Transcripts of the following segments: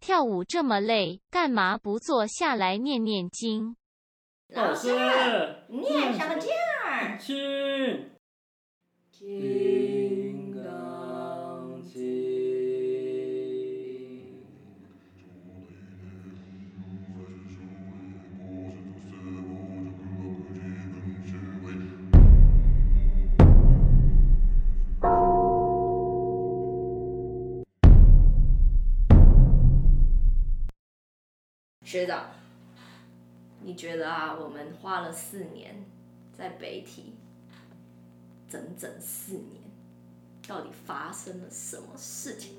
跳舞这么累，干嘛不坐下来念念经？老师，念什么经儿？经金刚经，学长，你觉得啊，我们花了四年在北体，整整四年，到底发生了什么事情？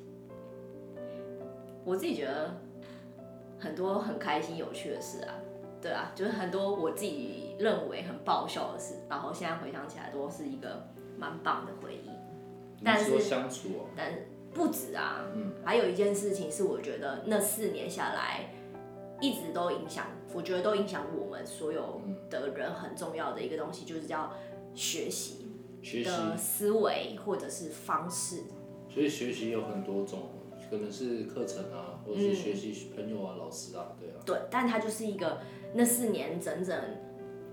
我自己觉得很多很开心、有趣的事啊，对啊，就是很多我自己认为很爆笑的事，然后现在回想起来都是一个蛮棒的回忆。但你是说相处哦，但不止啊，嗯还有一件事情是我觉得那四年下来，一直都影响，我觉得都影响我们所有的人很重要的一个东西，就是叫学习学习，的思维或者是方式。所以学习有很多种，可能是课程啊，或者嗯是学习朋友啊、老师啊，对啊，对，但它就是一个那四年整整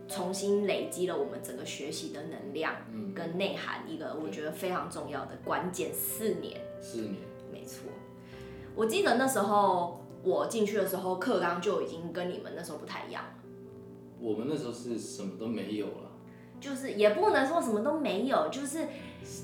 重新累积了我们整个学习的能量嗯，跟内涵，一个我觉得非常重要的关键四年。四年，没错，我记得那时候我进去的时候，课纲就已经跟你们那时候不太一样了，我们那时候是什么都没有了。就是也不能说什么都没有，就是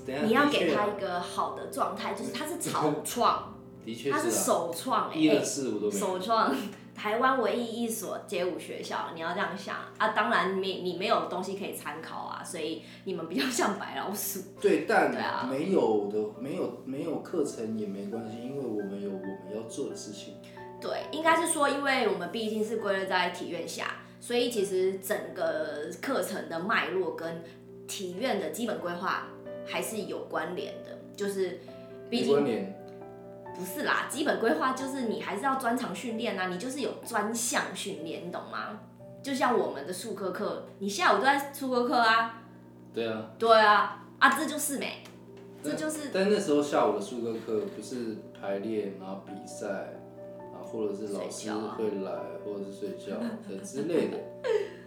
等一下你要给哎的确他啊一个好的状态，就是他是草创， 的确他是啊，首创哎、一欸二四五都没有首，创 台湾唯一一所街舞学校，你要这样想啊。当然没你没有东西可以参考啊，所以你们比较像白老鼠。对，对啊但没有的，没有没有课程也没关系，因为我们有我们要做的事情。对，应该是说，因为我们毕竟是归类在体院下，所以其实整个课程的脉络跟体院的基本规划还是有关联的。就是，毕没关竟联，不是啦，基本规划就是你还是要专长训练啊，你就是有专项训练，你懂吗？就像我们的术科课，你下午都在术科课啊，对啊，对啊，啊，这就是美，这就是但那时候下午的数科课不是排练，然后比赛，然后或者是老睡师觉啊会来，或者是睡觉的之类 的。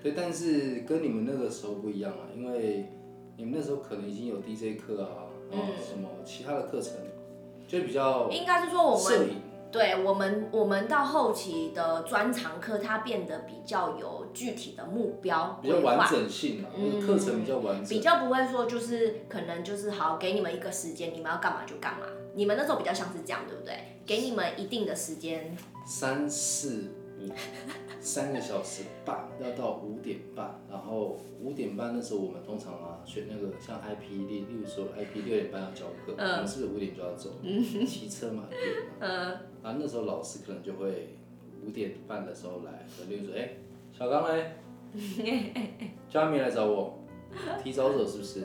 对，但是跟你们那个时候不一样啊，因为你们那时候可能已经有 DJ 课啊，然后什么其他的课程，就比较应该是说我们摄影。对我们，我们到后期的专长课，它变得比较有具体的目标比较规完划，整性啊，嗯课程比较完整，比较不会说就是可能就是好给你们一个时间，你们要干嘛就干嘛。你们那时候比较像是这样，对不对？给你们一定的时间，三四五三个小时半，要到五点半，然后五点半那时候我们通常啊选那个像 IP 例，例如说 IP 六点半要教嗯课，我们是不是五点就要 走？嗯骑车嘛，对嘛呃，然后那时候老师可能就会五点半的时候来，例如说，哎、小刚嘞， 佳明来找我，提早走是 不是？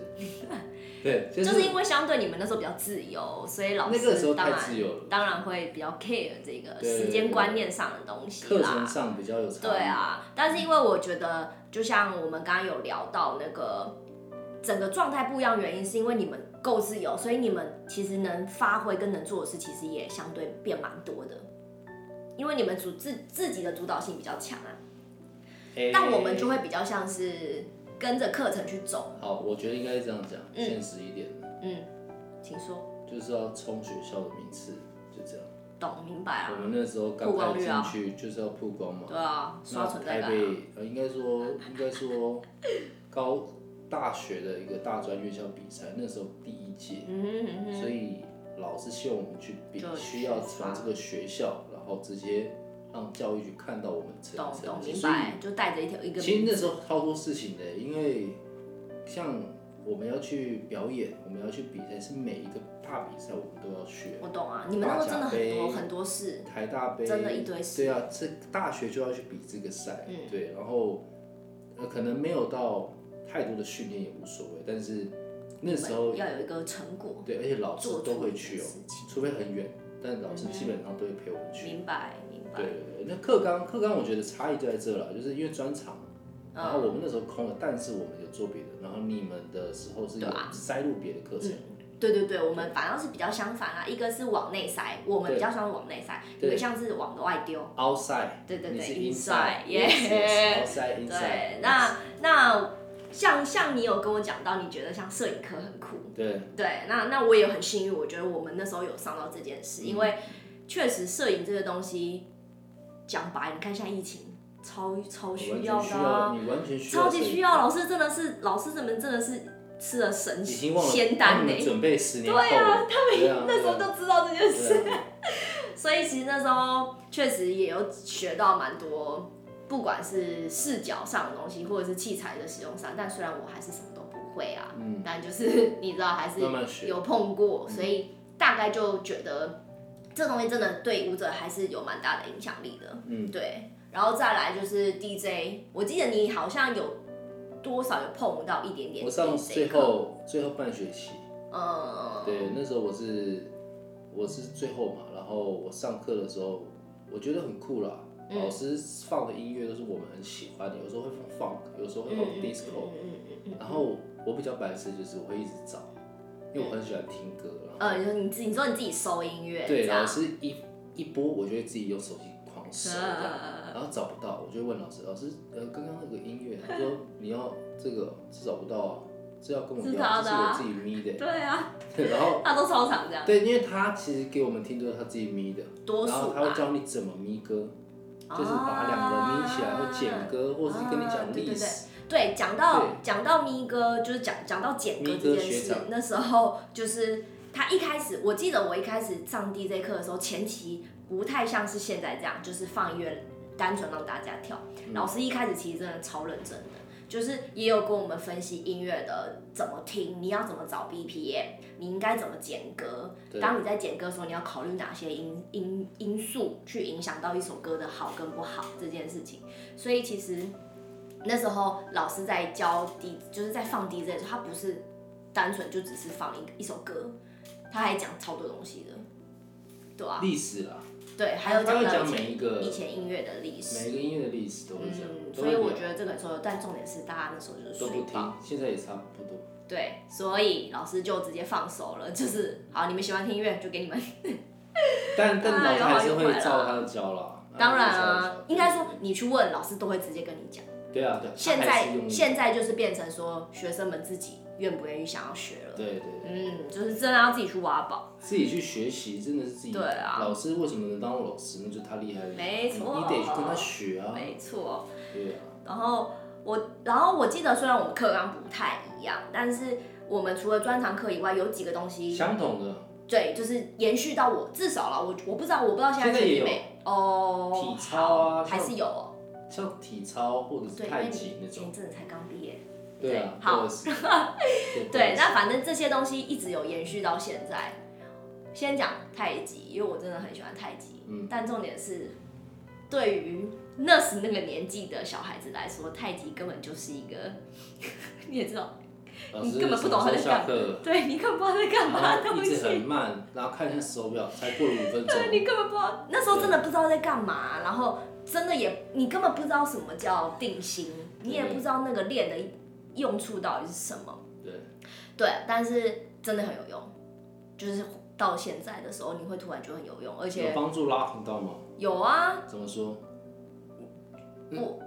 对，就就是是因为相对你们那时候比较自由，所以老那个时师候当太然自由了，当然会比较 care 这个对时间观念上的东西课啦程。上比较有差异。对，啊，但是因为我觉得，就像我们刚刚有聊到那个整个状态不一样，原因是因为你们够自由，所以你们其实能发挥跟能做的事，其实也相对变蛮多的，因为你们主自自己的主导性比较强啊。但我们就会比较像是跟着课程去走，好，我觉得应该是这样讲，嗯现实一点，嗯，请说，就是要冲学校的名次，就这样。懂明白我啊？们那时候刚曝光开率啊始进去就是要曝光嘛，对啊，刷那存在台感啊、北呃应该说应该说高大学的一个大专院校比赛，那时候第一届，嗯哼嗯哼，所以老师希望我们去比就，需要去从发这个学校，然后直接让教育局看到我们成懂成懂绩，明所以白，就带着一条一个其实名那字，时候超多事情的，因为像我们要去表演，我们要去比赛，是每一个大比赛我们都要去。我懂啊，你们那时候真的很大多奖杯很多事，台大杯真的一堆事对啊，这大学就要去比这个赛，嗯对，然后呃可能没有到太多的训练也无所谓，但是那时候要有一个成果，对，而且老师做都出会一去件哦事，情除非很远，但老师基本上都会陪我们去。明白明白对，对对，那课纲课纲我觉得差异就在这了，就是因为专场。嗯然后我们那时候空了，但是我们有做别的。然后你们的时候是有对啊塞入别的课程，对对对，我们反而是比较相反啊，一个是往内塞，我们对比较像是往内塞，你对们像是往外丢。 Outside，对对你对是 inside，耶 inside，yes，outside 对 inside，，那那像像你有跟我讲到，你觉得像摄影课很酷，对对，那那我也很幸运，我觉得我们那时候有上到这件嗯事，因为确实摄影这个东西，讲白，你看现在疫情超超需你要完全需的、啊要，，你完全需要，超级需要，老师真的是老师们真的是吃了神已经忘了仙帮丹你呢、们准备十年后对啊了，对啊，那时候就知道这件事，对啊所以其实那时候确实也有学到蛮多，不管是视角上的东西，或者是器材的使用上。但虽然我还是什么都不会啊， 嗯，但就是你知道还是慢慢学有碰过，所以大概就觉得这东西真的对舞者还是有蛮大的影响力的。嗯对，然后再来就是 DJ，我记得你好像有多少有碰到一点点 DJ 课。我上最后最后半学期，嗯，对，那时候我是我是最后嘛，然后我上课的时候，我觉得很酷啦。嗯老师放的音乐都是我们很喜欢的，有时候会放 funk，有时候会嗯放嗯嗯 disco，、嗯嗯嗯嗯然后我比较白痴，就是我会一直找，因为我很喜欢听歌。然呃，后你说你自己，你说你自己收音乐，对，这样老师一一播，我就会自己用手机狂搜，嗯这样嗯嗯然后找不到，我就会问老师，老师，呃，刚刚那个音乐，他说你要这个是找不到啊，这要跟我是要，他这的是我啊自己咪的嗯。对啊，对 然后他都超常这样，对，因为他其实给我们听都是他自己咪的，多然数啊后他会吧，教你怎么咪歌，就是把两个咪起来，会剪歌，或者是跟你啊讲对对历史。对，讲到对讲到咪哥，就是讲讲到剪歌咪这哥件学事长，那时候就是他一开始，我记得我一开始上 DJ 课的时候，前期不太像是现在这样，就是放音乐单纯让大家跳。老师一开始其实真的超认真的，就是也有跟我们分析音乐的怎么听，你要怎么找 BPM，你应该怎么剪歌。对当你在剪歌的时候，你要考虑哪些因因因素去影响到一首歌的好跟不好这件事情。所以其实那时候老师在教 D，就是在放 DJ 的时候，他不是单纯就只是放一一首歌，他还讲超多东西的，对啊，历史啦，对，还有他讲会到以讲前每一个以前音乐的历史，每一个音乐的历史都会讲，嗯，都所会以我聊觉得这个时候，但重点是大家那时候就是都睡不爆听，，现在也差不多。对，所以老师就直接放手了，就是好，你们喜欢听音乐就给你们。嗯但但哎呦老师还是又会坏了照他的教啦。啊当然照他的啊教，应该说你去问老师都会直接跟你讲。对啊，对。现他还是用在力现在就是变成说学生们自己愿不愿意想要学了，对对对，嗯，就是真的要自己去挖宝。自己去学习真的是自己。对啊老师为什么能当老师？那就是他厉害的地方。没错你得去跟他学啊。没错，对啊。然后我，然后我记得虽然我们课纲不太一样，但是我们除了专长课以外，有几个东西相同的对，就是延续到我至少了，我我不知道，我不知道现在现在也学弟妹哦，体操啊好还是有哦，像体操或者是对，因太为极你那前种。阵子才刚毕业，对啊，对好或者 是对，对那反正这些东西一直有延续到现在。先讲太极，因为我真的很喜欢太极，嗯但重点是，对于那时那个年纪的小孩子来说，太极根本就是一个， 你也知道，老你师根本不懂他在干什么时候下课，对你根本不知道在干嘛的然后东啊一直很西， 慢，然后看一下手表，才过了五分钟。对 你根本不知道，那时候真的不知道在干嘛，然后真的也你根本不知道什么叫定心，你也对不知道那个练的用处到底是什么。对，对，但是真的很有用，就是到现在的时候，你会突然觉得很有用，而有且帮助拉平到吗？有啊，怎么说？我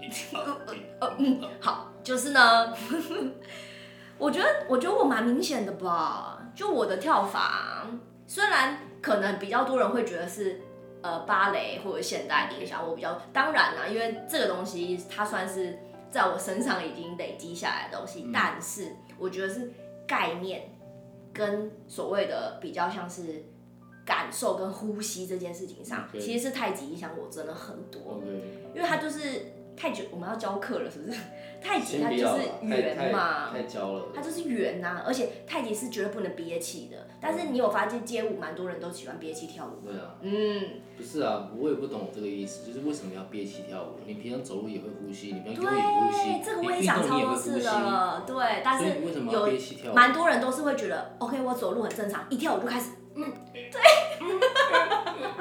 呃嗯，好，就是呢，我觉得我觉得我蛮明显的吧，就我的跳法，虽然可能比较多人会觉得是。呃，芭蕾或者现代影响我比较，当然啦，因为这个东西它算是在我身上已经累积下来的东西，嗯但是我觉得是概念跟所谓的比较像是感受跟呼吸这件事情上， OK 其实是太极影响我真的很多。嗯 OK，因为它就是太极，我们要教课了，是不 是？太极先它不就要是了，太圆太嘛，太焦了。它就是圆呐、而且太极是绝对不能憋气的。但是你有发现街舞蛮多人都喜欢憋气跳舞吗？对啊，嗯，不是啊，我也不懂这个意思，就是为什么要憋气跳舞？你平常走路也会呼吸，你平常游泳也会呼吸，对，这个你我也运想动超你也会多呼次吸，了，对。但所是以为什么要有憋气跳舞？蛮多人都是会觉得，OK，我走路很正常，一跳舞就开始，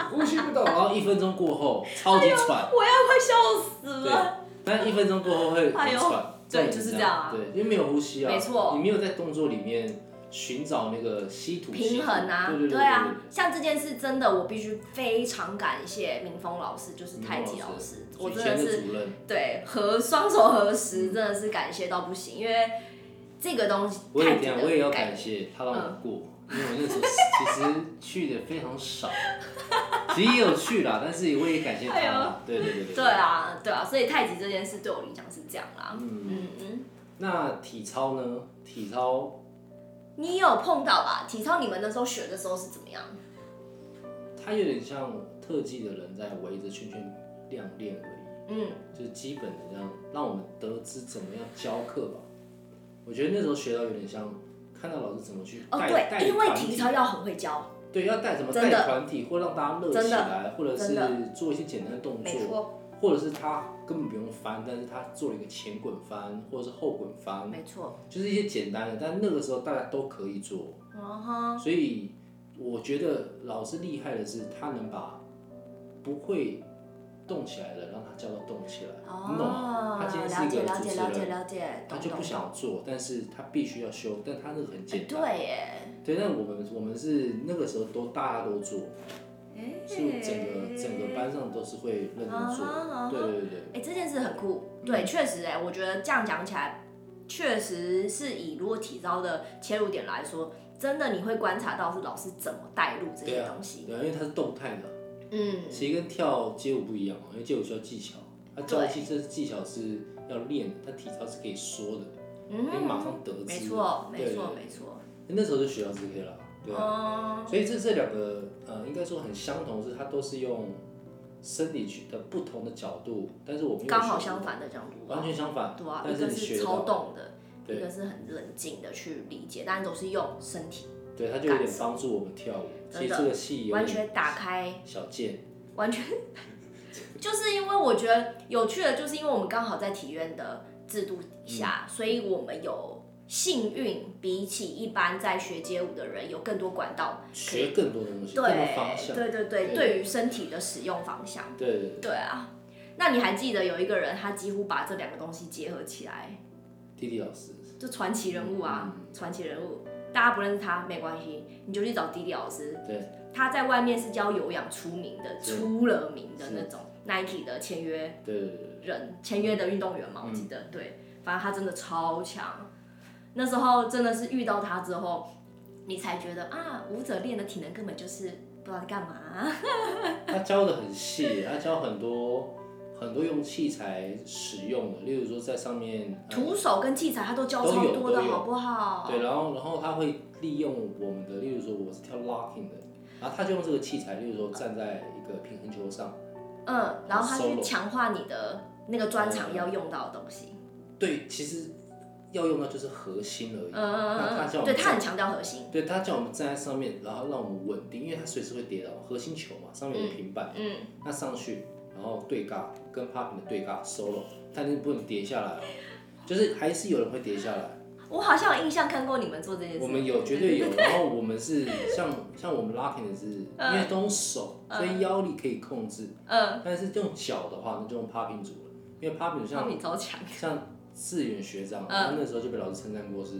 呼吸不到，然后一分钟过 后超级喘，哎我要快笑死对了。，但一分钟过后会哎很呦喘，对重点就是这这样啊对，因为没有呼吸啊，没错你没有在动作里面寻找那个稀土稀平土衡啊，对对对啊对对，像这件事真的，我必须非常感谢民峰老师，就是对太极老老师师，，我以真前的的是主任，对合双手合十，嗯真的是感谢到不行，因为这个东西我太也这极样，的嗯我也要概感念谢他让我过，因为我那时候其实去的非常少，其实也有去啦，但是我也感谢他啦，对对对对。哎对，啊，对啊，所以太极这件事对我影响是这样啦。嗯，嗯嗯，那体操呢？体操你有碰到吧？体操你们那时候学的时候是怎么样？它有点像特技的人在围着圈圈亮练而嗯已，就是基本的这样，让我们得知怎么样教课吧。我觉得那时候学到有点像，看到老师怎么去哦带带对，因为团体体操要很会教，对要带什么真的带团体，或让大家乐真起的来，或者真是的做一些简单的动没作。错或者是他根本不用翻，但是他做了一个前滚翻或者是后滚翻，没错，就是一些简单的，但那个时候大家都可以做，嗯哼，所以我觉得老师厉害的是他能把不会动起来的让他叫他动起来，你懂吗？他今天是了一解个哦了主解哦了持解人，了解，他懂就懂不想做，但是他必须要修，但他那个很简懂单，哎对耶，对，但我们我们是那个时候都大家都做，所以整个整个班上都是会认真做啊哈啊哈，对对对对。哎、这件事很酷，嗯对，确实哎、我觉得这样讲起来，确实是以如果体操的切入点来说，真的你会观察到是老师怎么带入这对些啊东西。对啊，因为它是动态的，嗯，其实跟跳街舞不一样嘛，因为街舞需要技巧，那交对际这技巧是要练的，但体操是可以说的，嗯可以马上得知。没错，没错，对没错。那时候就学到这些了，对啊。嗯，所以这这两个呃，应该说很相同，是它都是用生理去的不同的角度，但是我们嗯又刚好学不相同，反的角度吧，完全相反。对啊，但一个你是学超到，动的，一对个是很冷静的去理解，但都是用身体，对，它就有感点受帮助我们跳舞。真其实的这个戏有完点全打开小见，完全就是因为我觉得有趣的，就是因为我们刚好在体院的制度底嗯下，所以我们有幸运，比起一般在学街舞的人，有更多管道可学以更多东西，更多方对向。对对对，对对于身体的使用方向，对对对，对啊。那你还记得有一个人，他几乎把这两个东西结合起来，弟弟老师。就传奇人物啊，传奇人物，大家不认识他没关系，你就去找迪迪老师，对，他在外面是教有氧出名的，是出了名的是那种 Nike 的签约对对对对，人，签约的运动员嗯嘛，我记得，对，反正他真的超强。那时候真的是遇到他之后，你才觉得啊，舞者练的体能根本就是不知道在干嘛。他教的很细，他教很多很多用器材使用的，例如说在上面呃徒手跟器材他都教都超有多的都有好不好？对，然后然后他会利用我们的，例如说我是跳 locking 的，然后他就用这个器材，例如说站在一个平衡球上，嗯，然后他去 Solo 强化你的那个专长要用到的东西。对，其实要用到就是核心而已。嗯嗯那他嗯叫嗯，我们对他站很强调核心。对他叫我们站在上面，然后让我们稳定，因为他随时会跌倒。核心球嘛，上面有平板，嗯，那上去，然后对尬跟 popping 的对尬 solo，但是不能跌下来哦，就是还是有人会跌下 来。我好像有印象看过你们做这件事。我们有绝对有，然后我们是像像我们拉平的是，因为都用手，所以腰力可以控制，嗯，但是用脚的话，那就用 popping 组了，因为 popping 他像们超强。像志远学长，嗯他那时候就被老师称赞过是，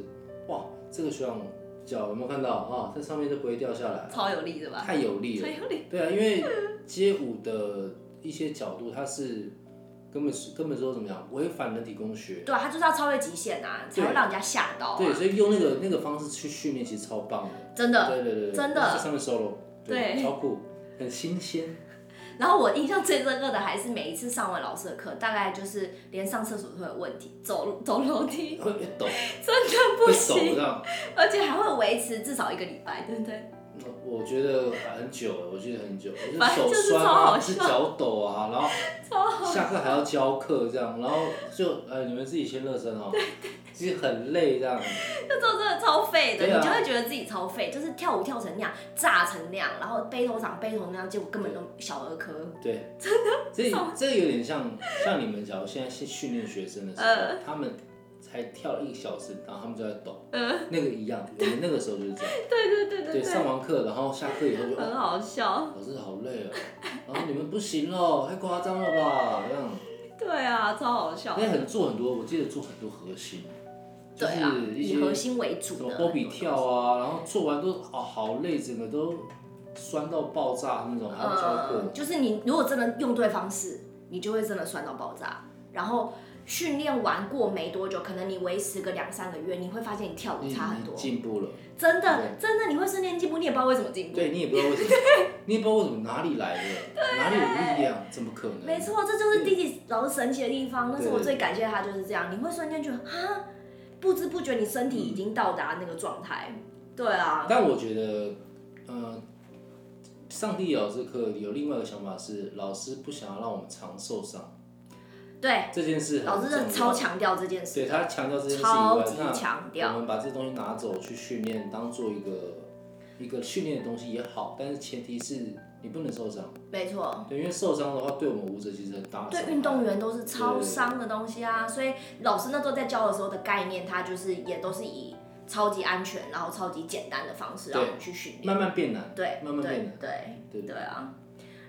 哇，这个学长脚有没有看到啊？在上面都不会掉下来，超有力的吧？太有力超了。有力。对啊，因为街舞的一些角度，它是根本是根本说怎么讲，违反人体工学。对啊，他就是要超越极限啊，才会让人家吓到、啊。对，所以用那个那个方式去训练，其实超棒的。真的。对对对，对呃真的在上面 solo，对超酷，很新鲜。然后我印象最深刻的还是每一次上完老师的课，大概就是连上厕所都会有问题，走走楼梯会会 抖，真的不会抖行这，样。而且还会维持至少一个礼拜，对不对？我觉得很久了，我记得很久，我反正手就是酸超啊，好是笑脚抖啊，然后 超好下课还要教课这样，然后就呃你们自己先热身哦，其实很累这样，那时候真的超废的，对啊你就会觉得自己超废，就是跳舞跳成那样，炸成那样，然后背头长背头那样，结果根本都小儿科。对，真的，这这有点像像你们假如现在是训练学生的时嗯候，他们才跳一个小时，然后他们就在抖，那个一样，我们那个时候就是这样，对对嗯对对，上完课然后下课以后就很哦好笑。老师好累哦，然后你们不行喽，太夸张了吧，这样。对啊，超好笑那。很做很多，我记得做很多核心，就是对啊，一些以核心为主什的么很多波东西比跳啊，然后做完都哦好累，整个都酸到爆炸那种，还有教过呃，就是你如果真的用对方式，你就会真的酸到爆炸。然后训练完过没多久，可能你维持个两三个月，你会发现你跳舞你差很多你，进步了，真的对真的你会瞬间进步，你也不知道为什么进步。对你也不知道为什么，你也不知道为什么哪里来的，哪里有力量，怎么可能？没错，这就是弟弟老师神奇的地方。那是我对最感谢他，就是这样，你会瞬间觉得啊，不知不觉你身体已经到达那个状态。对啊，但我觉得，呃，上帝老师课有另外一个想法是，老师不想要让我们常受伤对，这件事很老师真的重超，要强调这件事，对他强调这件事以超外，级强那我调。们把这东西拿走去训练，当做一个一个训练的东西也好，但是前提是你不能受伤，没错，对，因为受伤的话对我们舞者其实很大的伤对害运动员都是超伤的东西嗯啊，所以老师那时候在教的时候的概念，他就是也都是以超级安全，然后超级简单的方式对让我们去训练。慢慢变难，对，慢慢对变难对对对啊。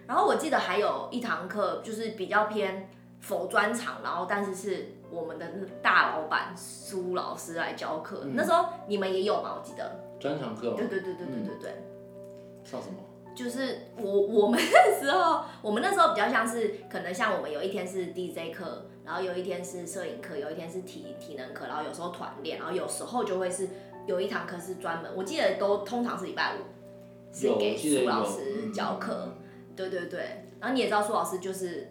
然后我记得还有一堂课，就是比较偏佛专场，然后但是是我们的大老板苏老师来教课。嗯那时候你们也有嘛？我记得。专场课嘛对对对对对对对。上什么？就是我我们那时候，我们那时候比较像是，可能像我们有一天是 DJ 课，然后有一天是摄影课，有一天是体体能课，然后有时候团练，然后有时候就会是有一堂课是专门，我记得都通常是礼拜五，是有，给我记得苏有老师教课。嗯对对对，然后你也知道苏老师就是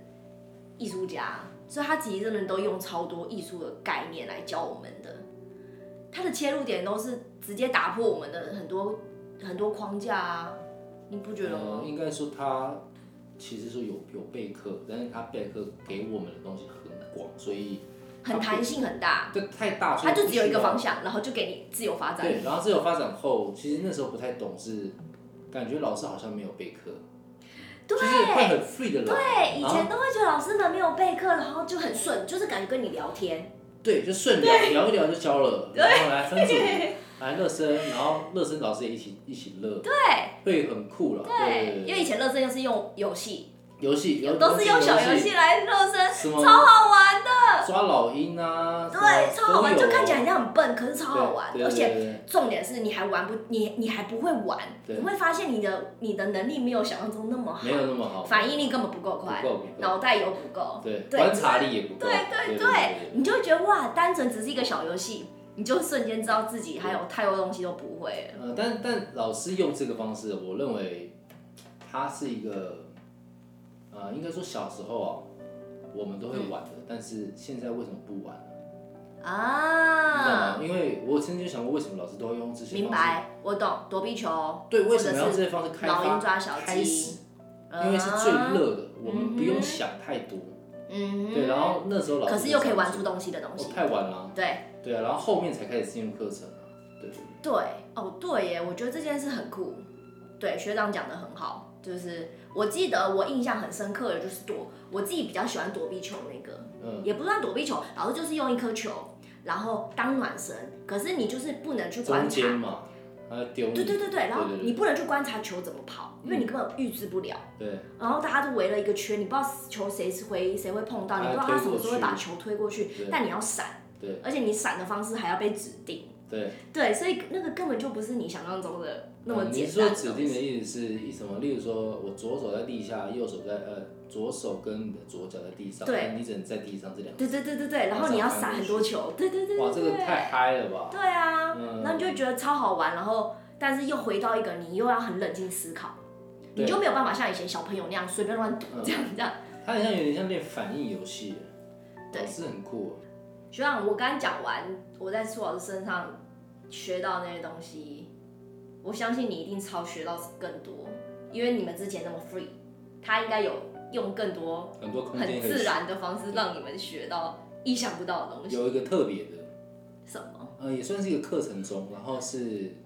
艺术家，所以他其实真的都用超多艺术的概念来教我们的。他的切入点都是直接打破我们的很多很多框架啊，你不觉得吗？呃，应该说他其实说有有备课，但是他备课给我们的东西很广，所以很弹性很大，这太大，所以它就只有一个不需要方。向，然后就给你自由发展。对，然后自由发展后，其实那时候不太懂事，感觉老师好像没有备课，对就是会很 free 的来，对，以前都会觉得老师们没有备课，然后就很顺，就是感觉跟你聊天。对，就顺聊聊一聊就交了，然后来 分组，来热身，然后热身老师也一起一起乐，对，会很酷了，对，因为以前乐身又是用游戏，游戏游都是用小游戏，来热身，什么超好玩的。抓老鹰啊，什么对，超好玩，都有哦就看起来人家很笨，可是超好玩，对而对对且。对对重点是你还玩不，你你还不会玩，对你会发现你的你的能力没有想象中那么好没，有那么好，反应力根本不够快不够不，够脑袋又不够，对，对观察力也不够。对对对，你就会觉得哇，单纯只是一个小游戏，你就瞬间知道自己还有太多东西都不会了。呃，但但老师用这个方式，我认为他是一个，呃，应该说小时候啊，我们都嗯会玩的，但是现在为什么不玩？你知道啊吗？，因为我曾经想过，为什么老师都要用这些明方式？白，我懂，躲避球，对，为什么要或用者是这些方式开老鹰抓发？小开鸡始，，因为是最啊，热的，我们不嗯哼用想太多。嗯哼，对，然后那时候老师可是又可以玩出的，东西的东我西，哦太晚了啊。对。对啊，然后后面才开始进入课程啊。对，对，哦，对耶，我觉得这件事很酷。对，学长讲的很好，就是我记得我印象很深刻的就是躲，我自己比较喜欢躲避球那个，嗯，也不算躲避球，老师就是用一颗球，然后当暖身，可是你就是不能去观中察间，嘛，他丢你。对对对对，然后对对对嗯你不能去观察球怎么跑，因为你根本预知不了。对然后大家都围了一个圈，你不知道球谁是会谁会碰到，你把不知道它他啊什推么过时候会把去球推过去对，但你要闪，对而且你闪的方式还要被指定。对，对，所以那个根本就不是你想象中的那么嗯简单你说的指东定的西。意思是一什么？例如说，我左手在地下，右手在呃，左手跟你的左脚在地上，对但你只能在地上这两个。对对对对对，然后你要撒很多球，对对对哇，对这个太对，嗨了吧！对啊，嗯然后你就会觉得超好玩，然后但是又回到一个你又要很冷静思考，对你就没有办法像以前小朋友那样随便乱赌嗯这样这样。它很像有点像练反应游戏，对老师很酷哦。学长，我刚讲完我在苏老师身上学到那些东西，我相信你一定超学到更多，因为你们之前那么 free，他应该有用更多很多空很间可以自学，然的方式让你们学到意想不到的东西。有一个特别的，什么？呃，也算是一个课程中，然后是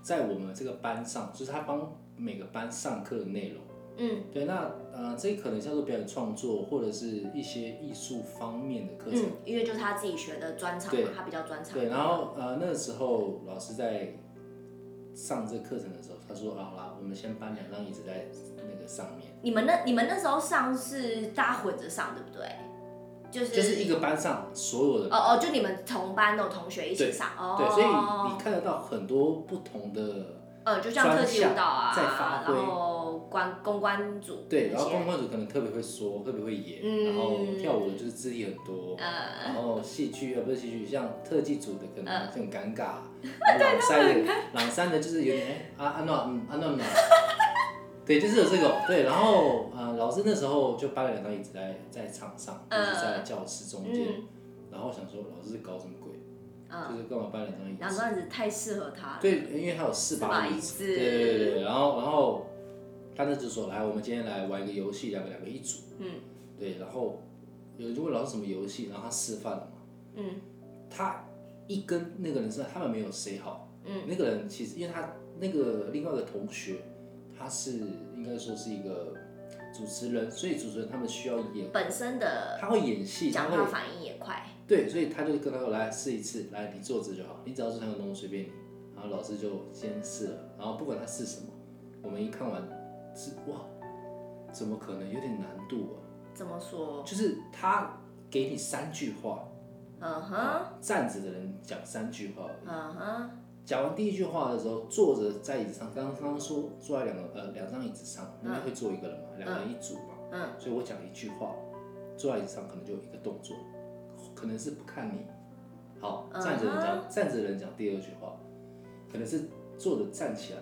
在我们这个班上，就是他帮每个班上课的内容。嗯对，那呃，这可能叫做表演创作或者是一些艺术方面的课程。嗯，因为就是他自己学的专长嘛对，他比较专长。对，然后呃那时候老师在上这课程的时候，他说啊好啦，我们先搬两张椅子在那个上面，你们那你们那时候上是大家混着上，对不对？就是就是一个班上所有的哦哦，就你们同班的同学一起对上哦，对，所以你看得到很多不同的呃，就像特技舞蹈啊，专项在发然挥后关公关组对，然后那些公关组可能特别会说，特别会演，嗯然后跳舞的就是肢体很多，然后戏剧呃不是戏剧，像特技组的可能嗯就很尴尬，然后朗塞的朗塞的就是有点哎啊啊那嗯啊那那， 对，就是有这种对，然后呃老师那时候就搬了两张椅子在在场上，就是在教室中间，嗯然后想说老师是搞什么鬼，嗯，就是干嘛搬两张椅两子？段子太适合他了，对，因为他有四把椅四子，把椅子对对对对对，然后然后他那就说来，我们今天来玩一个游戏，两个两个一组，嗯对，然后有人就问老师什么游戏，然后他示范了嘛，嗯他一跟那个人是他们没有 say 好，嗯那个人其实因为他那个另外一个同学，他是应该说是一个主持人，所以主持人他们需要演，本身的他会演戏，他讲会话反应也快，对，所以他就跟他说来试一次，来你坐着就好，你只要是他的东西随便你。然后老师就先试了，然后不管他试什么，我们一看完是哇，怎么可能有点难度啊？怎么说？就是他给你三句话，嗯哼站着的人讲三句话而已，嗯哼讲完第一句话的时候，坐着在椅子上，刚刚嗯刚说坐在两个呃两张椅子上，那边会坐一个人嘛，两个人一组嘛，嗯所以我讲一句话，坐在椅子上可能就有一个动作，可能是不看你，好嗯哼站着人讲站着人讲第二句话，可能是坐着站起来，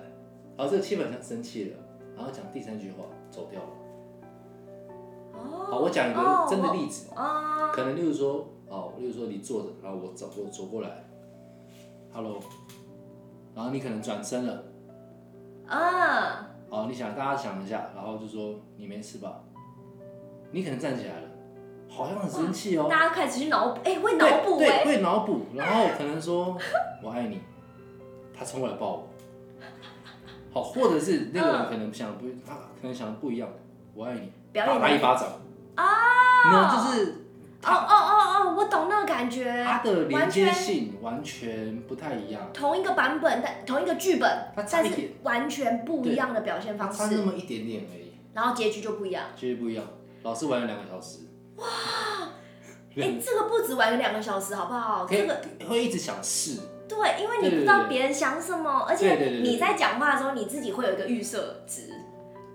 然后这个气氛好像生气了，然后讲第三句话走掉了。哦好，我讲一个真的例子，哦可能例如说，哦，例如说你坐着，然后我走我走过来，hello，然后你可能转身了，嗯哦，你想大家想一下，然后就说你没事吧？你可能站起来了，好像很生气哦，大家开始去脑补，哎，会对脑补对哎，会脑补，然后可能说我爱你，他冲过来抱我，好，或者是那个人可能想不，他可能想不一样，我爱你，表打演他一的巴掌，啊，那就是哦哦哦哦，我懂那个感觉，它的连完接全性完全不太一样，同一个版本，但同一个剧本，它差但一是点完全不一样的表现它方差那式，么一点点而已，然后结局就不一样。绝对不一样。老师玩了两个小时， 哎、这个不止玩两个小时，好不好？可这以个会一直想试，对，因为你对对不知道对别人想什么，而对对且对对你在讲话的时候，你自己会有一个预设值，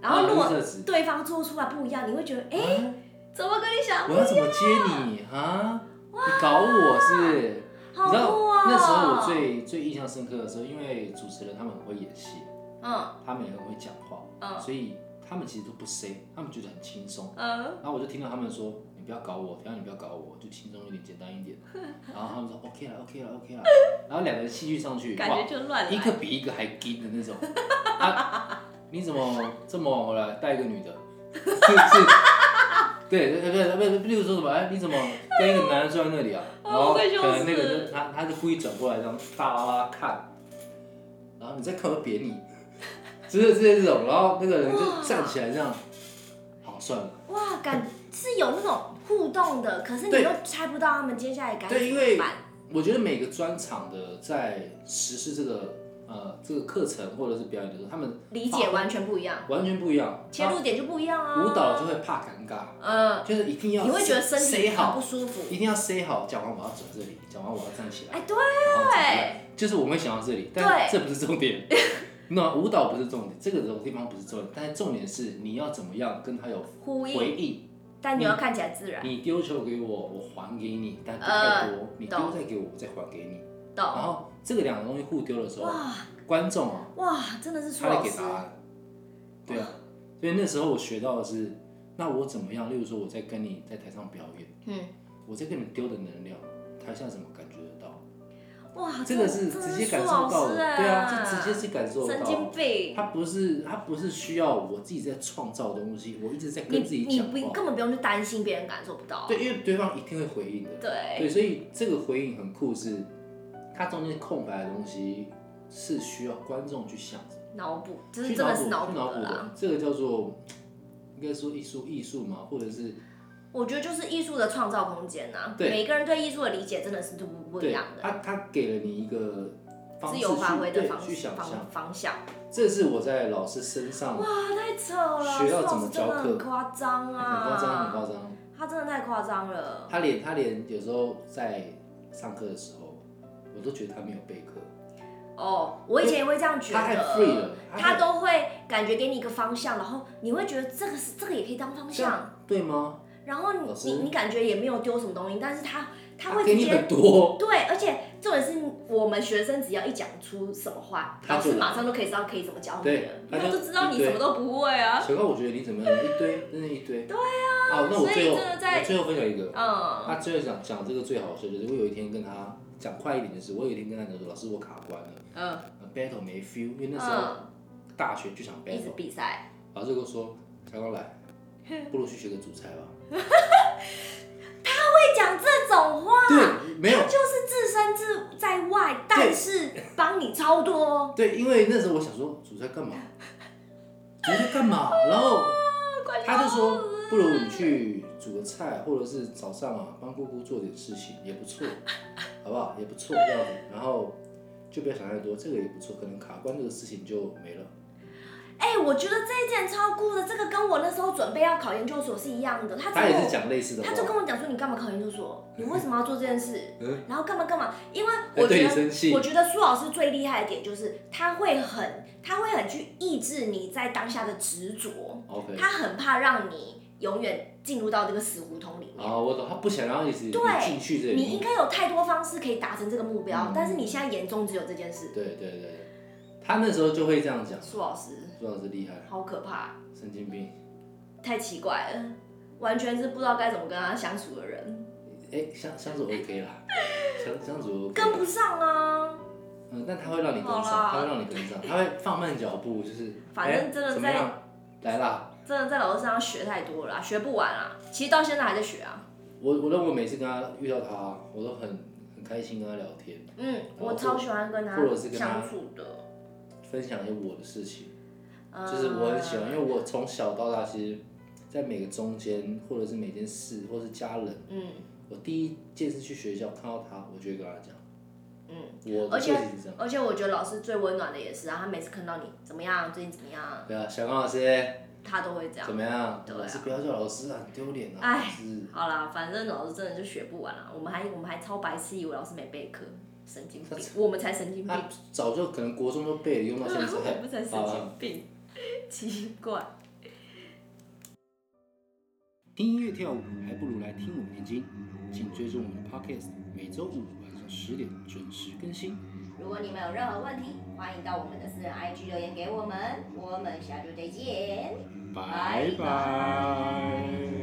然后如啊果预设值对方做出来不一样，你会觉得哎、啊怎么跟你想我不要怎么接你啊？你搞我是不是？好你知道酷哦那时候我最最印象深刻的时候，因为主持人他们很会演戏，嗯他们也很会讲话，嗯所以他们其实都不 say，他们觉得很轻松。嗯然后我就听到他们说：“你不要搞我，等下你不要搞我，就轻松一点，简单 一点。”然后他们说：“OK 了，OK 了，OK 了。”然后两个人戏剧上去，感哇觉，就乱来。一个比一个还硬的那种。啊，你怎么这么回来带一个女的？ 是是，对对对对，不，例如说什么？哎，你怎么跟一个男的坐在那里啊？然后我哦会笑可能那死个就他他就故意转过来这样大拉拉看，然后你再看我就扁你， 就是这种，然后那个人就站起来这样，好算了。哇，感是有那种互动的，可是你对又猜不到他们接下来该怎对因么为办。我觉得每个专场的在实施这个呃这个课程或者是表演的时候，他们理解完全不一样，完全不一样。切入点就不一样啊。那舞蹈就会怕尴尬，嗯，就是一定要你会觉得身 say 体很不好，舒服。一定要 say 好，讲完我要转这里，讲完我要站起来，哎，对，然后怎么样就是我们会想到这里，但对这不是重点。 那舞蹈不是重点，这个地方不是重点，但是重点是你要怎么样跟他有呼回应，应。但你要看起来自然，你丢球给我，我还给你，但不太多。你丢懂再给我，我再还给你。然嗯懂？后这个两个东西互丢的时候，哇观众啊，哇，真的是苏嗯他来老给师，答案。对啊，所以那时候我学到的是，那我怎么样？例如说我在跟你在台上表演，嗯，我在跟你丢的能量，台下怎么感觉得到？哇，这个啊是真直接感受到的，对啊，是直接是感受欸哎神经到。病。他不是他不是需要我自己在创造东西，我一直在你跟自己你讲不话。根本不用去担心别人感受不到，对，因为对方一定会回应的。对，对，所以这个回应很酷是，它中间空白的东西是需要观众去想的。脑补，这是去真脑的补，是去脑补的啦。的，这个叫做应该说艺术艺术嘛，或者是我觉得就是艺术的创造空间呐，对每个人对艺术的理解真的是都不不一对样的，啊他他给了你一个方自式由发去挥的对方去想方象，方向，啊这是我在老师身上哇，太扯了！学到怎么教课老师真的很夸张很啊，夸张，很夸张。他真的太夸张了。他连他连有时候在上课的时候，我都觉得他没有备课，哦，我以前也会这样觉得，他太 free 了，他很都会感觉给你一个方向，然后你会觉得这个是这个也可以当方这向，样对吗？然后老你师你你感觉也没有丢什么东西，但是他他会给直你接很多，对，而且重点是我们学生只要一讲出什么话，他老就师马上都可以知道可以怎么教你对了，他他就就知道你什么都不会啊。小高，我觉得你怎么样？一堆，真的一堆。对啊。好，那我所以最后真的在我最后分享一个，嗯，他最后讲讲这个最好笑，就是我有一天跟他讲快一点，就是我有一天跟他讲说，老师我卡关了嗯呃，battle 没 feel，因为那时候嗯，大学就想一直 battle，比赛，老师跟我说，小高 来，不如去学个主裁吧。会讲这种话，对，没有他就是置身自在外，但是帮你哦超多，对，因为那时候我想说主裁干嘛？主裁干嘛？然后他就说，不如你去煮个菜，或者是早上啊帮姑姑做点事情也不错，好不好？也不错这样子，然后就不要想太多，这个也不错，可能卡关这个事情就没了。哎、我觉得这一点超酷的，这个跟我那时候准备要考研究所是一样的。他只他跟也是我，讲类似的他就跟话，我讲说，你干嘛考研究所？你为什么要做这件事？嗯然后干嘛干嘛？因为他我对觉你生气得，我，觉得苏老师最厉害的点就是他会很，他会很去抑制你在当下的执着， OK，他很怕让你永远进入到这个死胡同里面。啊，我懂，他不想让一直你对进去这你应里，该有太多方式可以达成这个目标，嗯但是你现在眼中只有这件事。对对对，对他那时候就会这样讲，苏老师朱老师厉害，好可怕，神经病。太奇怪了，完全是不知道该怎么跟他相处的人。哎，相相处 OK 啦，相相处 OK 跟不上啊。嗯，但他会让你跟上，好啦他会让你跟上，他会放慢脚步，就是 反正哎真的怎么在样来啦。真的在老师身上学太多了啊、学不完啊。其实到现在还在学啊。我我认为每次跟他遇到他，我都很很开心跟他聊天，嗯，然后我超喜欢跟他或者是跟他相处的，分享一些我的事情，嗯就是我很喜欢，因为我从小到大，其实，在每个中间，或者是每件事，或是家人，嗯我第一件事去学校看到他，我就会跟他讲，嗯，我的而事且情是这样。而且我觉得老师最温暖的也是啊，他每次看到你怎么样，最近怎么样，对啊，小刚老师他都会这样怎。么样？对啊老师不要叫老师啊，很丢脸啊，哎老师。好啦，反正老师真的就学不完啊啦、我们还我们还超白痴，以为老师没备课，神经 病，我们才神经病 他，啊早就可能国中都背了，用到现在。啊我们才神好啊经病，奇怪。听音乐跳舞，还不如来听我念经。请追踪我们的 Podcast，每周五晚上十点准时更新。如果你们有任何问题，欢迎到我们的私人 IG 留言给我们。我们下周再见。拜拜。